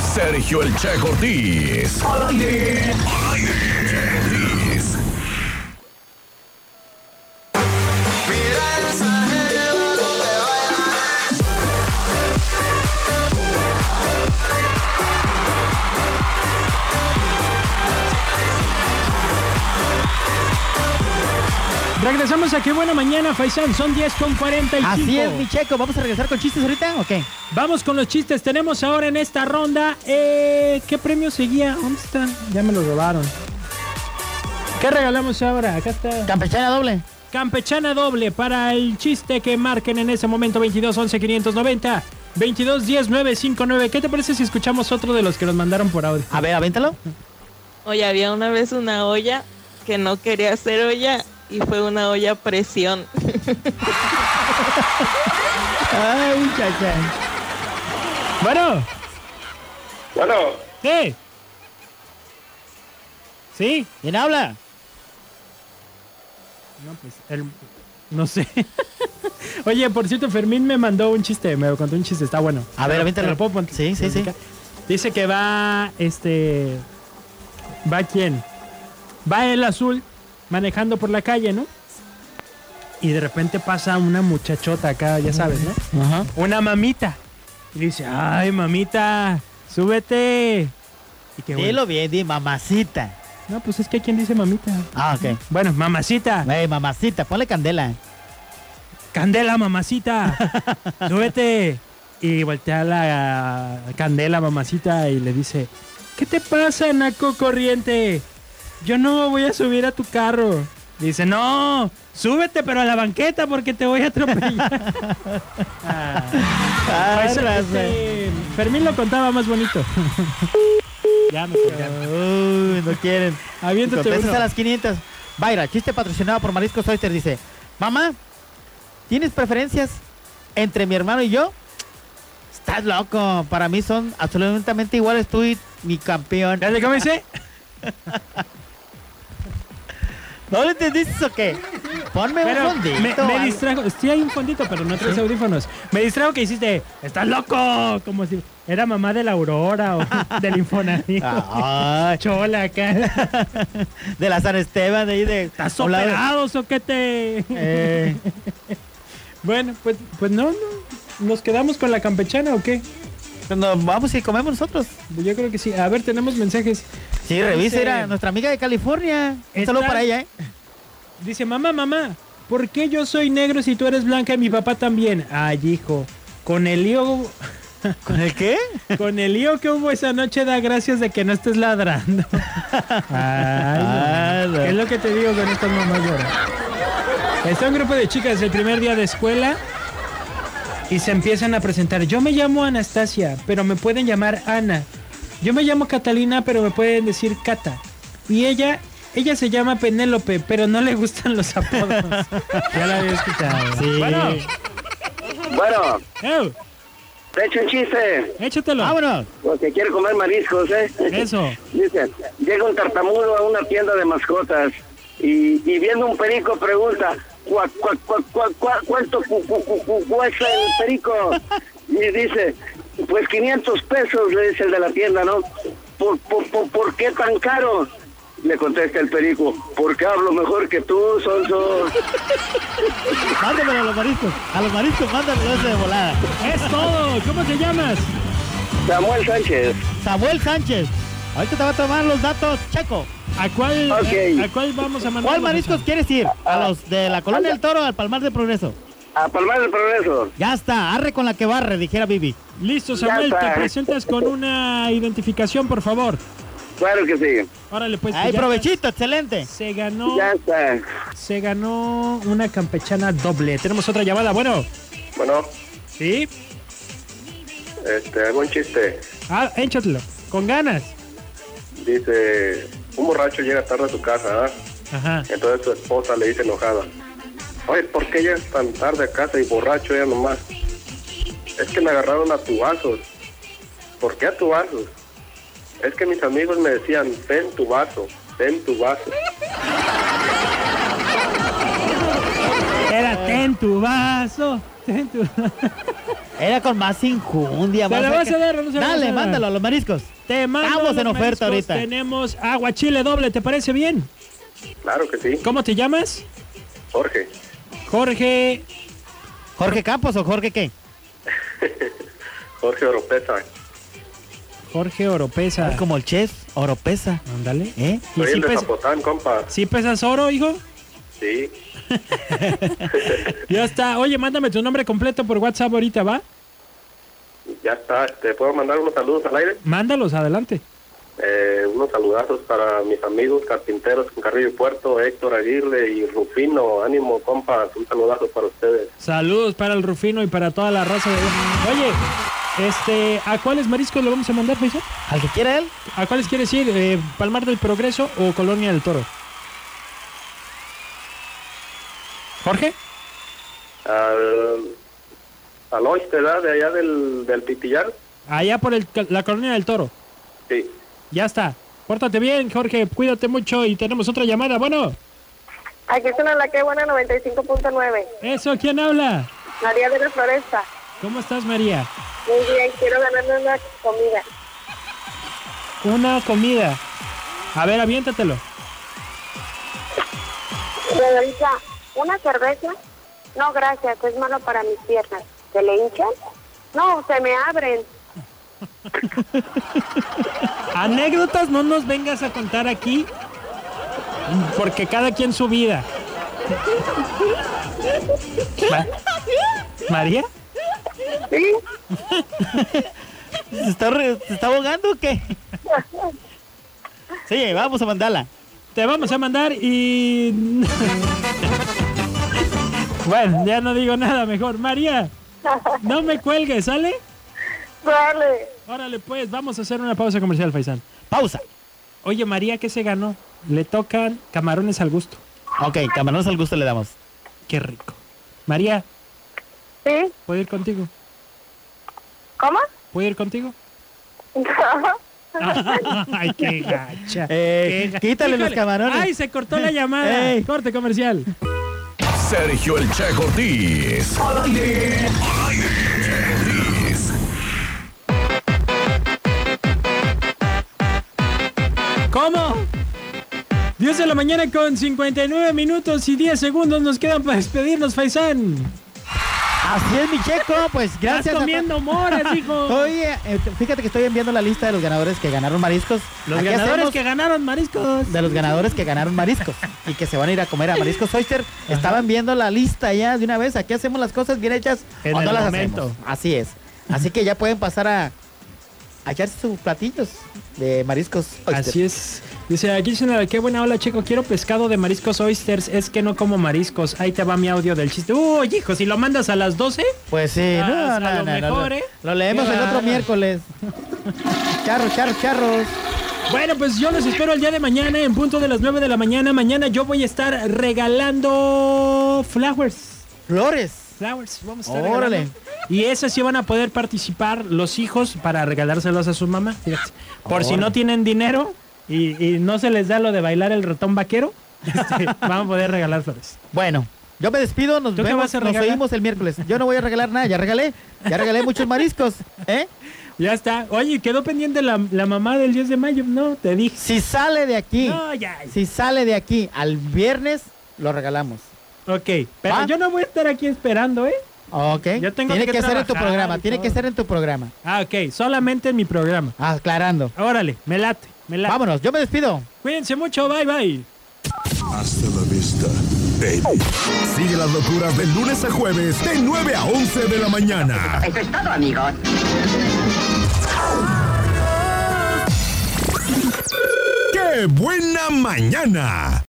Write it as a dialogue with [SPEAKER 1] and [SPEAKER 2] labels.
[SPEAKER 1] Sergio El Che Cortés. Al aire. Al aire. Cortés.
[SPEAKER 2] Regresamos a Qué Buena Mañana, Faisán. Son 10 con 45.
[SPEAKER 3] Así es, mi checo. ¿Vamos a regresar con chistes ahorita o qué?
[SPEAKER 2] Vamos con los chistes. Tenemos ahora en esta ronda. eh, ¿Qué premio seguía? ¿Dónde está? Ya me lo robaron. ¿Qué regalamos ahora? Acá está.
[SPEAKER 3] Campechana doble.
[SPEAKER 2] Campechana doble para el chiste que marquen en ese momento 22 11 590 22 10 959. ¿Qué te parece si escuchamos otro de los que nos mandaron por audio?
[SPEAKER 3] A ver, avéntalo.
[SPEAKER 4] Oye, había una vez una olla que no quería hacer olla y fue una olla a presión.
[SPEAKER 3] Ay, chacha.
[SPEAKER 2] Bueno,
[SPEAKER 5] Bueno,
[SPEAKER 2] ¿qué? ¿Sí?
[SPEAKER 3] ¿Quién habla?
[SPEAKER 2] No, pues, el- no sé. Oye, por cierto, Fermín me mandó un chiste, me contó un chiste, está bueno.
[SPEAKER 3] A ver, avéntalo.
[SPEAKER 2] ¿Te lo puedo pon-
[SPEAKER 3] Sí, sí, sí.
[SPEAKER 2] Dice que va, este, va quién? Va el azul manejando por la calle, ¿no? Y de repente pasa una muchachota acá, ya sabes, ¿no?
[SPEAKER 3] Ajá.
[SPEAKER 2] Una mamita. Y dice, ay, mamita, súbete. Y que, bueno,
[SPEAKER 3] Dilo bien, di mamacita.
[SPEAKER 2] no, pues es que ¿quién dice mamita?
[SPEAKER 3] Ah, ok.
[SPEAKER 2] Bueno, mamacita.
[SPEAKER 3] Ey, mamacita, ponle candela.
[SPEAKER 2] Candela, mamacita, súbete. Y voltea la candela, mamacita, y le dice, ¿qué te pasa, Naco Corriente? Yo no me voy a subir a tu carro. Dice, no, súbete, pero a la banqueta porque te voy a atropellar. Ah,
[SPEAKER 3] Ah,
[SPEAKER 2] eso,
[SPEAKER 3] raza.
[SPEAKER 2] este, Fermín lo contaba más bonito. ya me colgaron.
[SPEAKER 3] Uy, no quieren.
[SPEAKER 2] Aviéntate
[SPEAKER 3] Contestas
[SPEAKER 2] uno.
[SPEAKER 3] a las 500. Vaira, chiste patrocinado por Mariscos Oyster dice, mamá, ¿tienes preferencias entre mi hermano y yo? Estás loco, para mí son absolutamente iguales tú y mi campeón.
[SPEAKER 2] Dale, ¿Cómo dice?
[SPEAKER 3] ¿No lo entendiste o qué? Ponme
[SPEAKER 2] Pero
[SPEAKER 3] un fondito.
[SPEAKER 2] me,
[SPEAKER 3] o
[SPEAKER 2] me
[SPEAKER 3] algo.
[SPEAKER 2] distrajo. Sí, hay un fondito, pero no traes audífonos. Me distrajo que hiciste, ¡estás loco! Como si era mamá de la Aurora o del Infonavit.
[SPEAKER 3] Ah, Ay,
[SPEAKER 2] Chola acá.
[SPEAKER 3] de la San Esteban, de ahí de...
[SPEAKER 2] ¿Estás
[SPEAKER 3] a un lado de-
[SPEAKER 2] operado, soquete?
[SPEAKER 3] Eh,
[SPEAKER 2] Bueno, pues, pues no, no. ¿Nos quedamos con la campechana o qué?
[SPEAKER 3] nos vamos y comemos nosotros.
[SPEAKER 2] Yo creo que sí. A ver, tenemos mensajes.
[SPEAKER 3] Sí, revisa,
[SPEAKER 2] Dice-
[SPEAKER 3] era nuestra amiga de California. Un saludo
[SPEAKER 2] Está-
[SPEAKER 3] para ella, ¿eh?
[SPEAKER 2] Dice, mamá, mamá, ¿por qué yo soy negro si tú eres blanca y mi papá también? Ay, hijo, con el lío...
[SPEAKER 3] ¿Con el qué?
[SPEAKER 2] Con el lío que hubo esa noche, da gracias de que no estés ladrando. Ay, no.
[SPEAKER 3] Ala.
[SPEAKER 2] ¿Qué es lo que te digo con estas mamás ahora? Está un grupo de chicas el primer día de escuela y se empiezan a presentar. Yo me llamo Anastasia, pero me pueden llamar Ana. Yo me llamo Catalina, pero me pueden decir Cata. Y ella, ella se llama Penélope, pero no le gustan los apodos. ya la había escuchado.
[SPEAKER 3] Sí.
[SPEAKER 2] Bueno,
[SPEAKER 5] bueno,
[SPEAKER 2] eu,
[SPEAKER 5] te echo un chiste.
[SPEAKER 2] échatelo.
[SPEAKER 3] Vámonos.
[SPEAKER 5] Porque quiere comer mariscos, ¿eh?
[SPEAKER 2] Eso.
[SPEAKER 5] Dice, llega un tartamudo a una tienda de mascotas y, y viendo un perico pregunta, "Cuac, cuac, cuac, cuac, cuac, ¿cuánto cu- cu- cu- cu- cuesta el perico? Y dice, pues 500 pesos, le dice el de la tienda, ¿no? ¿Por, por, por, por qué tan caro? Le contesta el perico, porque hablo mejor que tú, Sonso.
[SPEAKER 3] Mándamelo a los mariscos. A los mariscos, mándamelo ese de volada.
[SPEAKER 2] Es todo. ¿Cómo te llamas?
[SPEAKER 5] Samuel Sánchez.
[SPEAKER 3] Samuel Sánchez. Ahorita te va a tomar los datos, Checo.
[SPEAKER 2] ¿A cuál,
[SPEAKER 5] Ok.
[SPEAKER 2] eh, ¿A cuál vamos a mandar?
[SPEAKER 3] ¿Cuál
[SPEAKER 2] los
[SPEAKER 3] mariscos
[SPEAKER 2] mensajes?
[SPEAKER 3] quieres ir? ¿A los de la Colonia del Toro o al Palmar del Progreso?
[SPEAKER 5] A Palmar del Progreso.
[SPEAKER 3] Ya está, arre con la que barre, dijera Bibi.
[SPEAKER 2] Listo, Samuel,
[SPEAKER 5] Ya
[SPEAKER 2] te
[SPEAKER 5] está.
[SPEAKER 2] presentas con una identificación, por favor.
[SPEAKER 5] Claro que sí.
[SPEAKER 2] Órale, pues. que
[SPEAKER 3] Ay,
[SPEAKER 2] ya
[SPEAKER 3] provechito, excelente.
[SPEAKER 2] Se ganó,
[SPEAKER 5] Ya está.
[SPEAKER 2] se ganó una campechana doble. Tenemos otra llamada, bueno.
[SPEAKER 5] Bueno,
[SPEAKER 2] Sí.
[SPEAKER 5] este, algún chiste.
[SPEAKER 2] Ah, échatelo. Con ganas.
[SPEAKER 5] Dice, un borracho llega tarde a su casa, ¿ah?
[SPEAKER 2] Ajá.
[SPEAKER 5] entonces su esposa le dice enojada, oye, ¿por qué llegas tan tarde a casa y borracho ya nomás? Es que me agarraron a tubazos. ¿Por qué a tubazos? Es que mis amigos me decían, ten tu vaso, ten tu vaso.
[SPEAKER 2] Era ten tu vaso. Ten tu...
[SPEAKER 3] Era con más injundia.
[SPEAKER 2] Se
[SPEAKER 3] más
[SPEAKER 2] la vas
[SPEAKER 3] acá.
[SPEAKER 2] a dar, no se la vas a
[SPEAKER 3] Dale,
[SPEAKER 2] dar.
[SPEAKER 3] mándalo a los mariscos.
[SPEAKER 2] Te mando
[SPEAKER 3] Estamos
[SPEAKER 2] los
[SPEAKER 3] en oferta
[SPEAKER 2] mariscos,
[SPEAKER 3] ahorita.
[SPEAKER 2] Tenemos agua chile doble, ¿te parece bien?
[SPEAKER 5] Claro que sí,
[SPEAKER 2] ¿Cómo te llamas?
[SPEAKER 5] Jorge.
[SPEAKER 2] Jorge
[SPEAKER 3] ¿Jorge Campos o Jorge qué?
[SPEAKER 5] Jorge Oropesa.
[SPEAKER 2] Jorge Oropesa.
[SPEAKER 3] Es Como el chef, Oropesa.
[SPEAKER 2] Ándale.
[SPEAKER 3] ¿Eh?
[SPEAKER 2] ¿Y
[SPEAKER 5] Soy
[SPEAKER 2] sí,
[SPEAKER 5] el de
[SPEAKER 2] pes-
[SPEAKER 5] Zapotán, compa.
[SPEAKER 2] sí pesas oro, hijo?
[SPEAKER 5] Sí.
[SPEAKER 2] Ya está. Oye, mándame tu nombre completo por WhatsApp ahorita, ¿va?
[SPEAKER 5] Ya está. ¿Te puedo mandar unos saludos al aire?
[SPEAKER 2] Mándalos, adelante.
[SPEAKER 5] Eh, unos saludazos para mis amigos carpinteros con Carrillo y Puerto, Héctor Aguirre y Rufino. Ánimo, compa. Un saludazo para ustedes.
[SPEAKER 2] Saludos para el Rufino y para toda la raza de... Oye, este, ¿a cuáles mariscos le vamos a mandar, Faiso?
[SPEAKER 3] Al que quiera él.
[SPEAKER 2] ¿A cuáles quieres ir? Eh, ¿Palmar del Progreso o Colonia del Toro? ¿Jorge?
[SPEAKER 5] Al, al Oyster, ¿verdad? De allá del, del Pitillar.
[SPEAKER 2] Allá por el- la Colonia del Toro.
[SPEAKER 5] Sí.
[SPEAKER 2] Ya está. Pórtate bien, Jorge. Cuídate mucho y tenemos otra llamada. Bueno,
[SPEAKER 6] Aquí suena la que buena 95.9.
[SPEAKER 2] eso, ¿quién habla?
[SPEAKER 6] María de la Floresta.
[SPEAKER 2] ¿Cómo estás, María?
[SPEAKER 6] Muy bien, quiero ganarme una comida.
[SPEAKER 2] Una comida. A ver, aviéntatelo.
[SPEAKER 6] Señorita, ¿una cerveza? No, gracias, es malo para mis piernas. ¿Se le hinchan? No, se me abren.
[SPEAKER 2] Anécdotas no nos vengas a contar aquí, porque cada quien su vida. Ma- ¿María?
[SPEAKER 6] ¿Sí?
[SPEAKER 3] ¿Se está, re- se está ahogando o qué? Sí, vamos a mandarla.
[SPEAKER 2] Te vamos a mandar y... bueno, ya no digo nada mejor. María, no me cuelgues, ¿sale?
[SPEAKER 6] Vale.
[SPEAKER 2] Órale, pues, vamos a hacer una pausa comercial, Faisán.
[SPEAKER 3] Pausa.
[SPEAKER 2] Oye, María, ¿qué se ganó? Le tocan camarones al gusto.
[SPEAKER 3] Ok, camarones al gusto le damos.
[SPEAKER 2] Qué rico. María,
[SPEAKER 6] ¿Sí?
[SPEAKER 2] ¿puedo ir contigo?
[SPEAKER 6] ¿Cómo?
[SPEAKER 2] ¿Puedo ir contigo?
[SPEAKER 6] No.
[SPEAKER 2] Ay, qué gacha.
[SPEAKER 3] Eh,
[SPEAKER 2] Qué ga-
[SPEAKER 3] quítale los
[SPEAKER 2] Híjole.
[SPEAKER 3] camarones.
[SPEAKER 2] Ay, se cortó la llamada.
[SPEAKER 3] Ey.
[SPEAKER 2] Corte comercial.
[SPEAKER 1] Sergio El Che Cortés. Al aire. Al aire. Cortés.
[SPEAKER 2] ¿Cómo? 10 de la mañana con 59 minutos y 10 segundos nos quedan para despedirnos, Faisán.
[SPEAKER 3] Así es, mi checo. Pues gracias.
[SPEAKER 2] Estás
[SPEAKER 3] a
[SPEAKER 2] comiendo moras, hijo.
[SPEAKER 3] to- Estoy, eh, eh, fíjate que estoy enviando la lista de los ganadores que ganaron mariscos.
[SPEAKER 2] Los
[SPEAKER 3] Aquí
[SPEAKER 2] ganadores
[SPEAKER 3] hacemos
[SPEAKER 2] que ganaron mariscos.
[SPEAKER 3] De los ganadores que ganaron mariscos y que se van a ir a comer a Mariscos Oyster. Estaban viendo la lista ya de una vez. Aquí hacemos las cosas bien hechas
[SPEAKER 2] En
[SPEAKER 3] o
[SPEAKER 2] el
[SPEAKER 3] no las
[SPEAKER 2] momento.
[SPEAKER 3] hacemos. Así es. Así que ya pueden pasar a, a echarse sus platillos de Mariscos Oyster.
[SPEAKER 2] Así es. Dice, aquí dicen, qué buena hola, chico. Quiero pescado de mariscos oysters. Es que no como mariscos. Ahí te va mi audio del chiste. Uy, hijo, si lo mandas a las 12.
[SPEAKER 3] Pues sí,
[SPEAKER 2] Ah,
[SPEAKER 3] no,
[SPEAKER 2] a
[SPEAKER 3] no,
[SPEAKER 2] lo
[SPEAKER 3] no, no,
[SPEAKER 2] mejor,
[SPEAKER 3] no.
[SPEAKER 2] ¿eh?
[SPEAKER 3] Lo leemos
[SPEAKER 2] Qué
[SPEAKER 3] el otro
[SPEAKER 2] bárbaro.
[SPEAKER 3] miércoles. charros, charros, charros.
[SPEAKER 2] Bueno, pues yo los espero el día de mañana en punto de las 9 de la mañana. Mañana yo voy a estar regalando flowers.
[SPEAKER 3] Flores.
[SPEAKER 2] Flowers, vamos a estar
[SPEAKER 3] Órale.
[SPEAKER 2] regalando. Y esas sí van a poder participar los hijos para regalárselos a su mamá. Fíjate. Por si no tienen dinero y, y no se les da lo de bailar el ratón vaquero, este, van a poder regalar flores.
[SPEAKER 3] Bueno, yo me despido, nos
[SPEAKER 2] ¿Tú qué
[SPEAKER 3] vemos,
[SPEAKER 2] vas a
[SPEAKER 3] nos
[SPEAKER 2] regalar?
[SPEAKER 3] oímos el miércoles. Yo no voy a regalar nada, ya regalé, ya regalé muchos mariscos, ¿eh?
[SPEAKER 2] Ya está. Oye, quedó pendiente la, la mamá del 10 de mayo. No, te dije.
[SPEAKER 3] Si sale de aquí,
[SPEAKER 2] No, ya.
[SPEAKER 3] si sale de aquí al viernes, lo regalamos.
[SPEAKER 2] Ok, pero
[SPEAKER 3] ¿Va?
[SPEAKER 2] yo no voy a estar aquí esperando, ¿eh?
[SPEAKER 3] Ok.
[SPEAKER 2] Yo tengo
[SPEAKER 3] tiene
[SPEAKER 2] que
[SPEAKER 3] que, ser en tu
[SPEAKER 2] trabajar
[SPEAKER 3] programa,
[SPEAKER 2] y
[SPEAKER 3] tiene que
[SPEAKER 2] todo.
[SPEAKER 3] ser en tu programa.
[SPEAKER 2] Ah, ok, solamente en mi programa.
[SPEAKER 3] Aclarando.
[SPEAKER 2] Órale, me late, me late.
[SPEAKER 3] Vámonos, yo me despido.
[SPEAKER 2] Cuídense mucho, bye bye.
[SPEAKER 1] Hasta la vista, baby. Sigue las locuras de lunes a jueves, de 9 a 11 de la mañana.
[SPEAKER 7] Eso es todo, amigos.
[SPEAKER 1] ¡Qué buena mañana!